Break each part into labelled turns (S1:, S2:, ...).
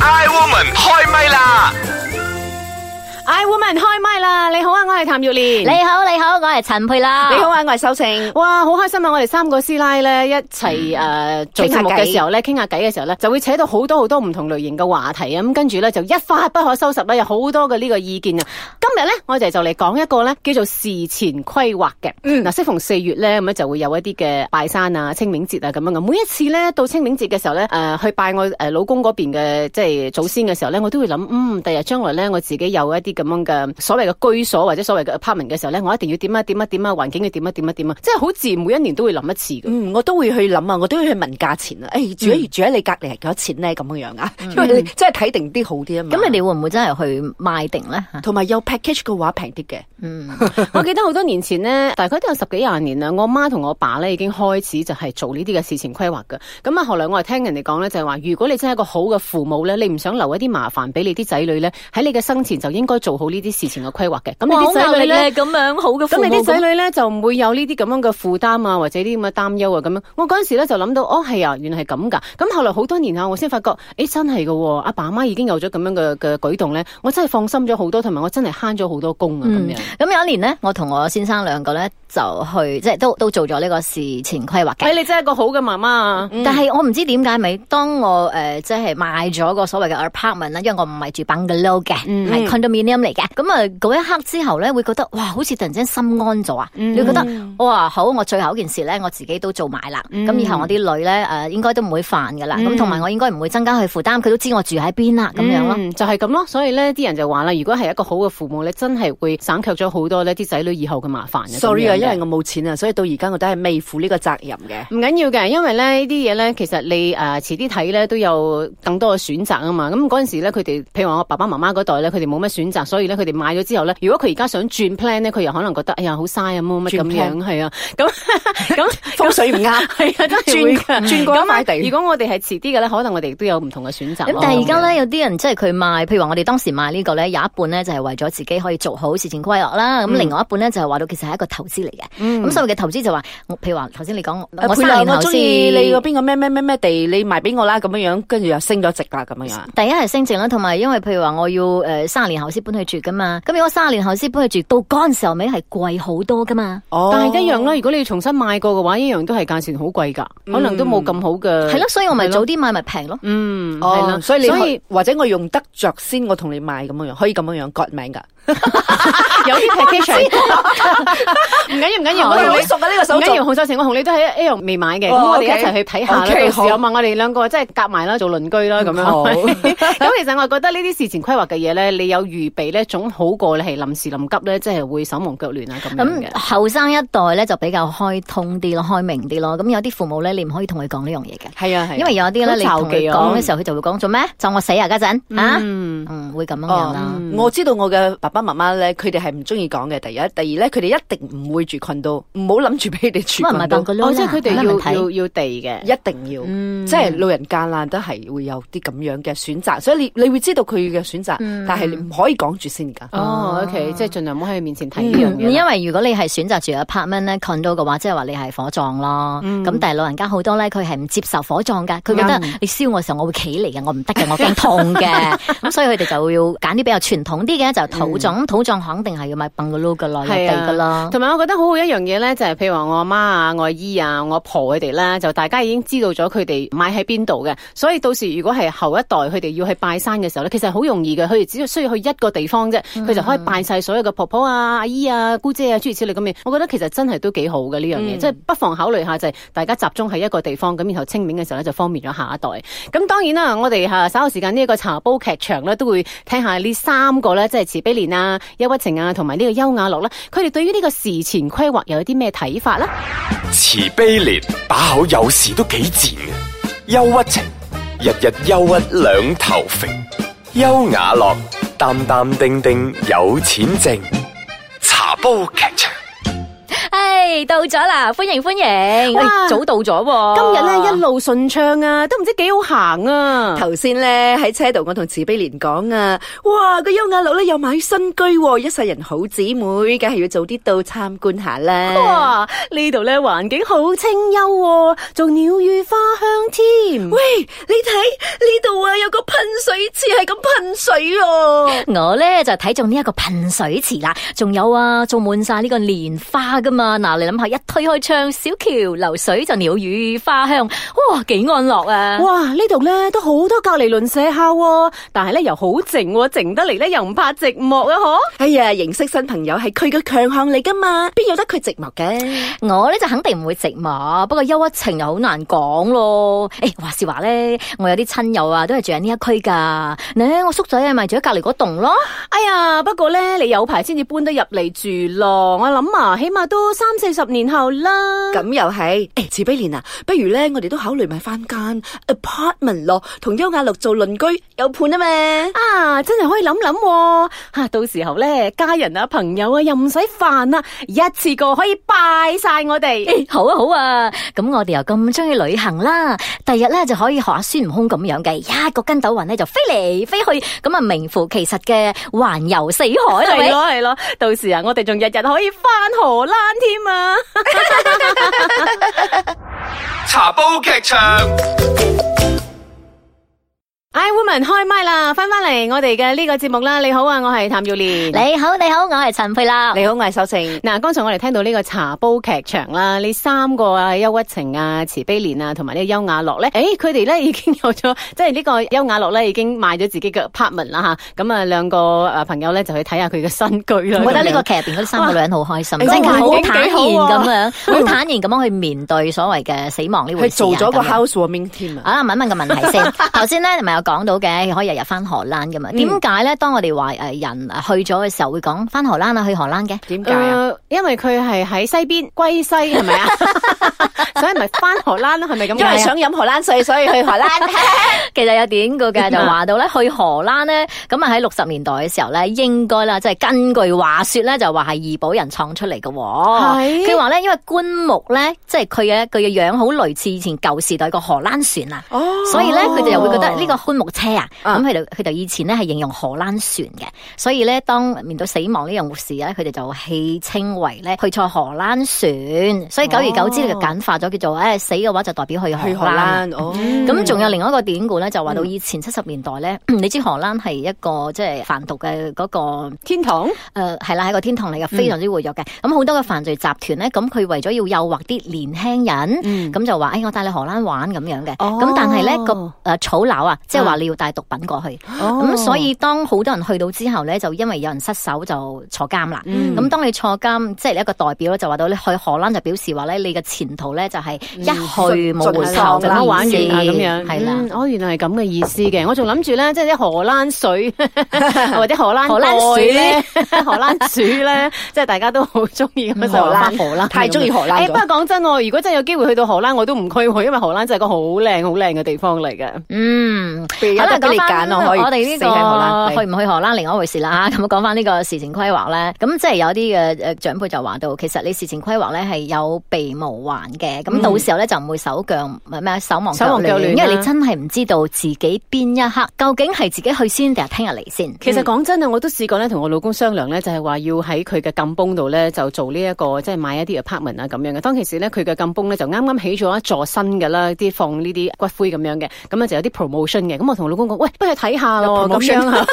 S1: Iwoman 開唛啦！
S2: I woman 開麥啦！你好啊，我係譚耀蓮。
S3: 你好，你好，我係陳佩啦。
S4: 你好啊，我係修晴。
S2: 哇，好開心啊！我哋三個師奶咧一齊誒、呃做
S4: 傾下
S2: 節目嘅
S4: 偈
S2: 時候咧，傾下偈嘅時候咧，就會扯到好多好多唔同類型嘅話題啊！咁跟住咧就一發不可收拾啦，有好多嘅呢個意見啊！今日咧我哋就嚟講一個咧叫做事前規劃嘅。嗯，嗱，適逢四月咧咁咧就會有一啲嘅拜山啊、清明節啊咁樣嘅。每一次咧到清明節嘅時候咧，誒、去拜我誒老公嗰邊嘅即係祖先嘅時候咧，我都會諗，嗯，第日將來咧我自己有一啲咁樣嘅所謂嘅居所或者所謂嘅 apartment 嘅時候咧，我一定要點啊點啊點啊，環境要點啊點啊點啊，即係好自然每一年都會諗一次嘅。
S4: 嗯，我都會去諗啊，我都會去問價錢啊。誒，住
S2: 嗯
S4: 喺住喺你隔離係幾多錢咧？咁樣樣啊，因為你真係睇定啲好啲啊嘛。
S3: 咁你哋會唔會真係去賣定咧？
S4: 同埋有 package 嘅話平啲嘅，
S3: 嗯，
S2: 我記得好多年前呢，大概都有十幾廿年啦。我媽同我爸咧已經開始就係做呢啲嘅事前規劃嘅。咁啊，後來我係聽人哋講咧，就係話，如果你真係一個好嘅父母咧，你唔想留一啲麻煩俾你啲仔女咧，喺你嘅生前就應該做好呢啲事前嘅規劃嘅。咁你啲仔女咧。
S3: 咁樣好嘅父母
S2: 咁你啲仔女咧就唔會有呢啲咁樣嘅負擔啊，或者啲咁嘅擔憂啊咁樣。我嗰陣時咧就諗到，哦係啊，原來係咁噶。咁後來好多年後，我先發覺，誒真係嘅喎，阿爸阿媽已經有咗咁樣嘅嘅舉動咧，我真係放心咗好多，同埋我真係慳咗好多工啊咁
S3: 嗯
S2: 樣。
S3: 咁有一年咧，我同我先生兩個咧就去，即係都都做咗呢個事前規劃嘅。
S2: 哎，你真係一個好嘅媽媽啊！
S3: 但係我唔知點解咪，當我誒、呃即係賣咗個所謂嘅 apartment 啦，因為我唔係住 bungalow 嘅，
S2: 嗯
S3: 係 condominium 嚟嘅。咁啊嗰一刻之後咧，會覺得哇，好似突然之間心安咗啊！
S2: 嗯
S3: 你會覺得哇好，我最後一件事咧，我自己都做埋啦。
S2: 嗯
S3: 咁、以後我啲女咧誒、呃、應該都唔會煩噶啦。咁
S2: 嗯
S3: 同埋我應該唔會增加佢負擔，佢都知我住喺邊啦，咁樣咯。
S2: 嗯就係咁咯。所以咧，啲人就話啦，如果係一個好嘅父母咧，真係會省卻咗好多呢啲仔女以後嘅麻煩嘅。
S4: sorry 啊，
S2: 咁樣嘅
S4: 因為我冇錢啊，所以到而家我都係未負呢個責任 嘅。
S2: 唔緊要嘅，因為咧呢啲嘢咧，其實你誒遲啲睇咧都有更多嘅選擇啊嘛。咁嗰陣時咧，佢哋譬如話我爸爸媽媽嗰代咧，佢哋冇乜選擇，所以咧佢哋買咗之後咧，如果佢而家想轉 plan 咧，佢又可能覺得哎呀好嘥啊，冇乜咁
S4: 轉
S2: 樣係啊。咁咁
S4: 風水唔啱，
S2: 係啊，真係會
S4: 轉
S2: 㗎
S4: 轉過一塊
S2: 咁如
S4: 地。
S2: 果我哋係遲啲嘅咧，可能我哋都有唔同嘅選擇咯。
S3: 咁但係而家咧，有啲人即係佢賣，譬如話我哋當時賣呢個咧，有一半咧就係為咗自己可以做好事前規劃啦。咁另外一半咧就係話到其實係一個投資嚟嘅。咁所謂嘅投資就話，我譬如話頭先你講， 我
S4: 配
S3: 三
S4: 啦，
S3: 年
S4: 哎我
S3: 後
S4: 中
S3: 先。
S4: 意你嗰邊個咩咩咩咩地，你賣俾我啦咁樣樣，跟住又升咗值啦咁樣樣。
S3: 第一係升值啦，同埋因為譬如話我要誒三十年後先搬去住噶嘛，咁如果三十年後先搬去住，到嗰陣時候尾係貴好多噶嘛，
S4: 哦
S2: 但係一樣啦，如果你要重新買過嘅話，一樣都係價錢好貴㗎，
S4: 嗯
S2: 可能都冇咁好嘅。
S3: 係咯，，所以我咪早啲買咪平咯。
S2: 嗯，係啦
S4: 哦，，所以你
S2: 所
S4: 可
S2: 以
S4: 或者我用得着先，我同你賣咁樣樣，可以咁樣樣割名㗎。
S2: 有 啲
S4: 啊
S2: package 唔緊要，唔緊要，哦我
S4: 我哋
S2: 同
S4: 好
S2: 你。
S4: 熟啊呢個
S2: 唔
S4: 手
S2: 緊
S4: 續
S2: 要，。洪秀成，我同你都係一樣未買嘅，咁
S4: 哦
S2: 我哋一
S4: OK
S2: 齊去睇下啦。
S4: OK，
S2: 到時
S4: 好
S2: 有問我哋兩個，即係夾埋啦，做鄰居啦咁樣。
S4: 好
S2: 咁其實我覺得呢啲事前規劃嘅嘢咧，你有預備咧，總好過你係臨時臨急咧，即係會手忙腳亂啊咁樣嘅
S3: 咁。後生一代咧就比較開通啲咯，開明啲咯。咁有啲父母咧，你唔可以同佢講呢樣嘢嘅。
S4: 係啊係啊，
S3: 因為有啲咧，
S2: 好
S3: 你同
S2: 詐忌
S3: 佢
S2: 啊
S3: 講嘅時候，佢就會講做咩？就我死啊家陣啊，
S2: 嗯
S3: 嗯，會咁樣樣啦
S4: 哦。，我知道我嘅爸爸媽媽咧，佢哋係唔中意講嘅。第一，第二咧，佢哋一定唔會住群到，唔好諗住俾你住
S3: 咁啊唔係嗯
S4: 群
S3: 當
S4: 到，
S3: 佢
S2: 哦，即係佢嗯哋要要
S3: 睇。
S2: 要地嘅。
S4: 一定要，即係老人家啦，都係會有啲咁樣嘅選擇，所以你你會知道佢嘅選擇，
S3: 嗯
S4: 但係你唔可以講住先
S3: 啊
S4: 㗎。
S2: 哦，OK，即係盡量唔好喺佢面前睇呢樣
S3: 嗯
S2: 嘢啦。
S3: 因為如果你係選擇住 apartment 咧 condo 嘅話，即係話你係火葬咯。
S2: 嗯
S3: 咁但係老人家好多咧，佢係唔接受火葬㗎。佢覺得你燒我嘅時候，我會企嚟嘅，我唔得嘅，我驚 痛嘅。咁所以佢哋就要揀啲比較傳統啲嘅，就係土葬。咁土葬肯定係要買 bungalow 嘅咯，有
S2: 嗯係
S3: 地
S2: 啊
S3: 㗎啦。
S2: 同埋我覺得好好一樣嘢咧，就係譬如話我阿媽啊、我阿姨啊、我阿婆佢哋咧，就大家已經知道咗佢哋買喺邊度嘅，所以到時如果係後一代佢哋要去拜山嘅時候咧，其實好容易嘅，佢哋只要需要去一個地方啫，佢就可以拜晒所有嘅婆婆啊、阿姨啊、姑姐啊諸如此類咁嘅。我覺得其實真係都幾好嘅呢樣嘢，即係不妨考慮下就係大家集中喺一個地方，咁然後清明嘅時候咧就方便咗下一代。咁當然啦，我哋嚇稍後時間呢一個茶煲劇場咧，都會聽下呢三個咧，即係慈悲蓮啊、憂鬱情啊，同埋呢個優雅樂啦，佢哋對於呢個事前規劃又有啲咩睇法咧？
S1: 慈悲蓮把口有時都幾賤嘅，憂鬱情日日憂鬱兩頭肥，優雅樂淡淡定定有錢剩，茶煲劇場。
S3: 唉，係到咗啦，歡迎歡迎，喂
S2: 哇，
S3: 早到咗喎，
S2: 今日咧一路順暢啊，都唔知幾好行啊。
S4: 頭先咧喺車度，我同慈悲蓮講啊，哇個優雅佬咧又買新居、喎，一世人好姊妹，梗係要早啲到參觀下
S3: 啊
S4: 啦。
S2: 哇！呢度咧環境好清幽喎、仲鳥語花香添。
S4: 嗯喂，你睇呢度啊，有個噴水池係咁噴水喎、
S3: 我咧就睇中呢一個噴水池啦，仲有啊，種滿晒呢個蓮花噶嘛。嗱，你諗下，一推開窗，小橋流水就鳥語花香，哇，幾安樂啊！
S2: 哇！呢度咧都好多隔離鄰舍客喎、但係咧又好靜喎、靜得嚟咧又唔怕寂寞啊！嗬。
S4: 哎呀，認識新朋友係佢嘅強項嚟噶嘛，邊有得佢寂寞嘅？
S3: 我咧就肯定唔會寂寞，不過憂鬱情又好難講咯。誒、話時話咧，我有啲親友啊，都係住喺呢一區噶。咧，我叔仔啊，咪住喺隔離嗰棟咯。
S2: 哎呀，不過咧你有排先至搬得入嚟住咯，我諗啊，起碼都三四十年後啦。
S4: 咁又係，誒慈悲蓮啊，不如咧我哋都考慮埋翻間 apartment 咯，同優雅樂做鄰居，有伴啊嘛。
S2: 啊，真係可以諗諗喎嚇，到時候咧家人啊、朋友啊又唔使煩啦，一次過可以拜晒我哋。
S3: 誒好啊好啊，咁我哋又咁中意旅行啦，第日咧就可以學下孫悟空咁樣嘅，一個筋斗雲咧就飛嚟飛去，咁啊名副其實嘅環遊四海 啦，係咪
S2: 係咯係咯，到時啊，我哋仲日日可以翻荷蘭添啊！
S1: 茶煲劇場。
S2: I Woman 開麥啦，翻翻嚟我哋嘅呢個節目啦。你好啊，我係譚耀蓮。
S3: 你好你好，我係陳佩樂。
S4: 你好，我係秀成。
S2: 嗱，剛才我哋聽到呢個茶煲劇場啦，呢三個啊，憂鬱情啊、慈悲蓮啊，同埋呢個優雅樂咧，誒，佢哋咧已經有咗，即係呢個優雅樂咧已經賣咗自己嘅 apartment 啦吓，咁啊兩個誒朋友咧就去睇下佢嘅新居啦。
S3: 我覺得呢個
S2: 咁樣
S3: 劇入邊嗰三個女人好開心，
S2: 哇
S3: 即係佢好坦然咁
S2: 環
S3: 樣，好坦然咁樣去面對所謂嘅死亡呢回
S4: 佢
S3: 事啊。
S4: 做咗個
S3: 咁樣
S4: housewarming 添啊！
S3: 啊，問一問個問題先。頭先咧，你咪有講到嘅，可以日日翻荷蘭噶嘛？點解咧？當我哋話誒人去咗嘅時候，會講翻荷蘭啊，去荷蘭 嘅？
S4: 點解啊？
S2: 誒，呃因為佢係喺西邊歸西係咪啊？ 所以咪翻荷蘭咯，係咪咁解
S4: 因
S2: 啊？
S4: 為想飲荷蘭水，所以去荷蘭。
S3: 其實有典故
S4: 嗯
S3: 嘅，就話到咧去荷蘭咧，咁啊喺六十年代嘅時候咧，應該啦，即係根據話說咧，就話係怡保人創出嚟嘅
S2: 哦
S3: 喎。
S2: 係
S3: 佢話咧，因為棺木咧，即係佢嘅佢嘅樣好類似以前舊時代個荷蘭船啊，
S4: 哦
S3: 所以咧佢哋就會覺得呢個棺木車啊，
S4: 啊
S3: 咁佢哋佢哋以前咧係形容荷蘭船嘅，所以咧當面對死亡呢樣事咧，佢哋就戲稱為咧去錯荷蘭船，所以久而久之
S4: 哦
S3: 就簡化咗叫做誒死嘅話就代表去荷
S4: 去荷
S3: 蘭啊。
S4: 蘭哦，
S3: 咁仲有另外一個典故咧，就話到以前七十年代咧， 你知荷蘭係一個即係販毒嘅嗰個
S2: 天堂
S3: 誒係啦，係一個天堂嚟嘅，非常之活躍嘅。咁好多嘅犯罪集團咧，咁佢為咗要誘惑啲年輕人，咁就話：，哎誒，我帶你荷蘭玩咁樣嘅。
S2: 哦
S3: 咁但係咧個誒草樓啊，即係話你要帶毒品過去。
S2: 哦
S3: 咁所以當好多人去到之後咧，就因為有人失手就坐監啦。咁當你坐監，即係一個代表咧，就話到你去荷蘭就表示話咧，你嘅前途咧就係一去冇回頭
S4: 順
S3: 咁
S4: 順
S2: 咁
S4: 啦
S2: 樣
S3: 樣
S2: 玩完啊，咁樣
S3: 係啦。
S2: 嗯哦，原來係咁嘅意思嘅。我仲諗住咧，即係啲荷蘭水 或者荷蘭
S3: 荷蘭
S2: 水
S3: 水
S2: 咧， 荷蘭鼠咧，即係大家都好中意咁樣就
S4: 荷
S2: 話
S4: 蘭啊
S2: 荷蘭
S4: 太中意荷蘭
S2: 誒，
S4: 咗
S2: 不過講真喎，如果真係有機會去到荷蘭，我都唔區喎，因為荷蘭真係個好靚、好靚嘅地方嚟嘅。
S3: 嗯，
S4: 有
S3: 好啦
S4: 得俾你
S3: 講返
S4: 揀，我可以
S3: 我哋
S4: 死喺荷
S3: 呢
S4: 蘭
S3: 個去唔去荷蘭另外一回事啦 嚇。咁講翻呢個事前規劃咧，咁即係有啲嘅誒長輩就話到，其實你事前規劃咧係有備無患嘅，咁到時候咧就唔會手腳唔係咩手忙
S2: 手忙腳
S3: 亂，
S2: 亂
S3: 因
S2: 啦
S3: 為你真係唔知道自己邊一刻究竟係自己去先定係聽日嚟先。
S2: 其
S4: 嗯
S2: 實講真啊，我都試過咧，同我老公商量咧，就係話要喺佢嘅禁崩度咧，就做呢、一個即係買一啲 apartment 啊咁樣嘅。當其時咧，佢嘅禁崩咧就啱啱起咗一座新嘅啦，啲放呢啲骨灰咁樣嘅，咁啊就有啲 promotion 嘅。咁我同我老公講，喂，不如去睇下咯，
S4: 有
S2: 咁
S4: promotion
S2: 樣啊，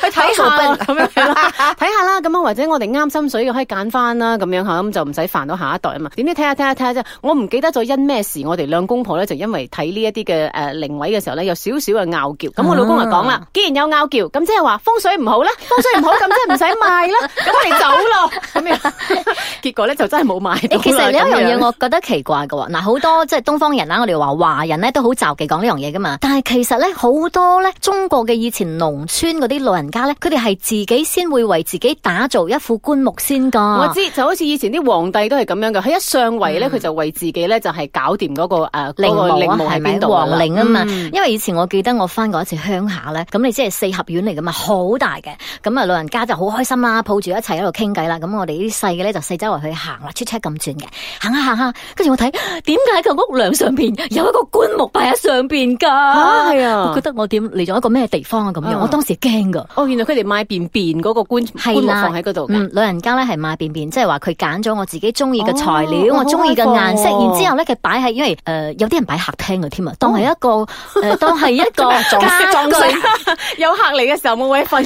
S2: 去睇下
S4: 手
S2: 啦
S4: 術
S2: 咁樣啦， 睇下啦，咁啊或者我哋啱心水嘅可以揀翻啦，咁樣嚇，咁就唔使煩到下一代啊嘛。點知睇下睇下睇下啫，我唔記得咗因咩事，我哋兩公婆咧就因為睇呢一啲嘅誒靈位嘅時候咧，有少少嘅拗撬。
S3: 啊
S2: 咁我老公就講啦。既然有拗撬，咁即係話風水唔好 啦，風水唔好咁即係唔使賣啦，咁我哋走咯，咁樣， 結果咧就真係冇賣到
S3: 誒，
S2: 啦。
S3: 其實有一
S2: 咁
S3: 樣嘢
S2: 樣
S3: 我覺得奇怪嘅喎，嗱好多即係東方人啦，我哋話華人咧都好就忌講呢樣嘢噶嘛，但係其實咧好多咧中國嘅以前農村嗰啲老人家咧，佢哋係自己先會為自己打造一副棺木先㗎。
S2: 我知就好似以前啲皇帝都係咁樣嘅，佢一上位咧，佢就為自己咧就係搞掂嗰個誒嗰個
S3: 嗯陵墓
S2: 哦陵
S3: 啊，
S2: 墓
S3: 係
S2: 喺
S3: 咪
S2: 邊度㗎啦
S3: 皇陵啊嘛？
S2: 嗯
S3: 因因為以前我記得我翻過一次鄉下咧，咁你即係四合院嚟噶嘛，好大嘅，咁啊老人家就好開心啦，抱住一齊喺度傾偈啦，咁我哋啲細嘅咧就四周圍去行啦，出車咁轉嘅，行下行下，跟住我睇 點解個屋梁上邊有一個棺木擺喺上邊㗎？
S2: 啊係啊
S3: 我覺得我點嚟咗一個咩地方啊咁樣，
S2: 啊
S3: 我當時驚㗎。
S2: 哦，原來佢哋買便便嗰個棺棺木放喺嗰度嘅
S3: 嗯，老人家咧係賣便便，即係話佢揀咗我自己中意嘅材料，
S2: 哦
S3: 我中意嘅
S2: 好開
S3: 顏色，
S2: 放喎
S3: 然之後咧佢擺喺，因為誒、呃有啲人擺客廳嘅
S2: 哦
S3: 添啊，當係一個誒、 呃、當係一個
S2: 裝飾
S3: 家
S2: 裝
S3: 具。
S2: 飾， 有客嚟嘅時候冇位瞓，
S4: 唔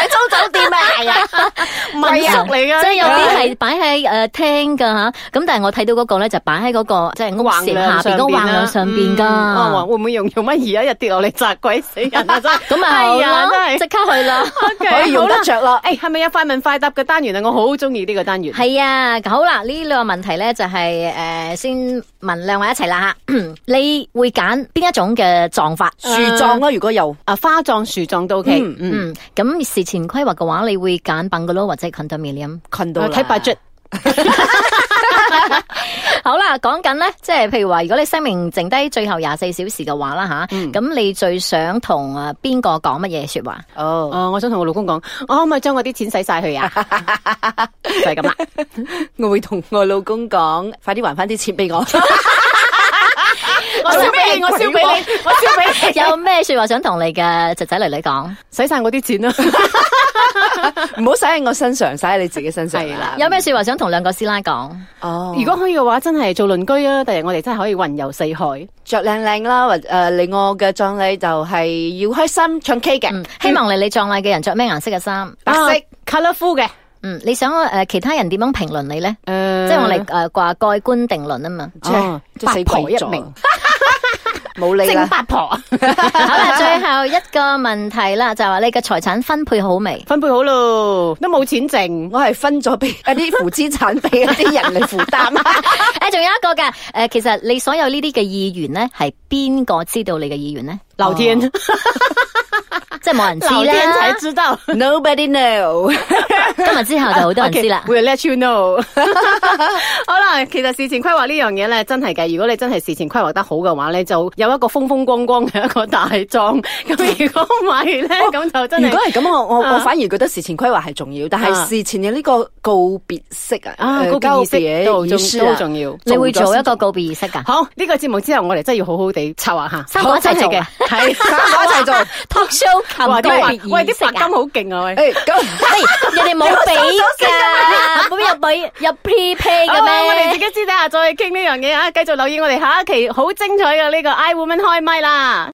S4: 使租酒店啊，係啊，
S2: 民宿嚟嘅，
S3: 即係有啲
S2: 啊
S3: 係擺喺誒廳㗎吓，咁但係我睇到嗰個咧就擺喺嗰個即係屋
S2: 橫
S3: 檐
S2: 梁啊
S3: 下邊嗰個啊橫梁上邊
S2: 嗯啊話
S3: 㗎。
S2: 會唔會用用乜嘢一日跌落嚟砸鬼死人啊！真係
S3: 咁咪好
S2: 係啊
S3: 咯
S2: 真係
S3: 即刻 去啦。
S2: OK，
S4: 可以用得着咯。
S2: 好啦。誒係咪有快問快答嘅單元啊？我好中意呢個單元。
S3: 係啊，好啦，呢兩個問題咧就係、诶先問兩位一齊啦吓，你會揀邊一種嘅撞法？
S4: 樹葬咯，如果有
S2: 啊，花葬、樹葬都 OK。
S4: 嗯
S2: 嗯，
S3: 嗯，咁事前規劃嘅話，你會揀 bungalow 或者 condominium。
S4: 群到
S2: 啊
S4: 啦
S2: 睇 budget。
S3: 好啦，講緊咧，即係譬如話，如果你生命剩低最後廿四小時嘅話啦吓，咁、你最想同啊邊個講乜嘢说話？
S4: 哦。
S2: 哦，我想同我老公講，我可唔可以將我啲錢使晒佢啊？就係咁啦。
S4: 我會同我老公講，快啲還翻啲錢俾 我。
S2: 我燒俾你，我燒俾你，我燒俾你，
S3: 有咩说話想同你嘅侄仔女女講？
S2: 使晒我啲錢啦。
S4: 唔好使喺我身上，使喺你自己身上
S2: 係啦
S4: 啦。
S3: 有咩说話想同兩個師奶講？
S4: 哦，
S2: 如果可以嘅話，真係做鄰居啊！第日我哋真係可以雲遊四海。
S4: 着靚靚啦，或呃誒嚟我嘅葬禮就係要開心唱 K 嘅
S3: 嗯，，希望你你葬禮嘅人着咩顏色嘅衫？
S4: 白色
S2: colourful 嘅。
S3: 嗯，你想诶、呃其他人點樣評論你咧？
S2: 誒
S3: 即係我哋诶掛蓋棺定論啊嘛。
S4: 即係
S2: 哦
S4: 即係死
S2: 八婆
S4: 鬼
S2: 一
S4: 咗
S2: 名，
S4: 冇理
S2: 正
S4: 啦。
S2: 八 婆，
S3: 好啦，最後一個問題啦，就係話你嘅財產分配好未？
S2: 分配好咯，都冇錢剩。
S4: 我係分咗 俾一啲負資產俾一啲人嚟負擔。
S3: 诶，仲有一個嘅，诶、其實你所有呢啲嘅意願咧，係邊個知道你嘅意願咧？
S2: 劉 天，啊
S3: 即係冇人知
S2: 劉天才
S3: 啦。
S2: 知道。
S4: Nobody know。
S3: 今日之後就好多 人知啦。
S2: Will let you know 。 好啦，其實事前規劃呢樣嘢咧，真係嘅。如果你真係事前規劃得好嘅話咧，就有一個風風光光嘅一個大莊。咁 如果唔係咧，咁就真
S4: 如果
S2: 係。
S4: 係咁，我我
S2: 啊
S4: 我反而覺得事前規劃係重要，但
S2: 啊
S4: 係事前嘅呢個告別式啊，
S2: 啊，高
S4: 誒
S2: 別
S4: 告
S2: 意識都好
S4: 別儀
S2: 重
S4: 式
S2: 都好
S4: 啊，
S2: 重要。
S3: 你會
S4: 做咗
S3: 做一
S4: 先
S3: 個告別儀式㗎？
S2: 好呢、個節目之後，我哋真係要好好地策劃下，
S3: 三個一齊做啊
S2: 係
S4: 我一齊做。
S3: talk show 及
S2: 哇！啲
S3: 告
S2: 白
S3: 別
S2: 喂
S3: 儀
S2: 啲
S3: 式
S2: 白金
S3: 啊！
S2: 好勁啊！喂，
S4: 誒咁。
S3: 喂，人哋冇俾 㗎，冇有俾有 prepay
S2: 好 啊我哋
S3: 嘅
S2: 自
S3: 咩？
S2: 己私底下再傾呢樣嘢啊！繼續留意我哋下一期好精彩嘅呢個 I Woman 開麥啦！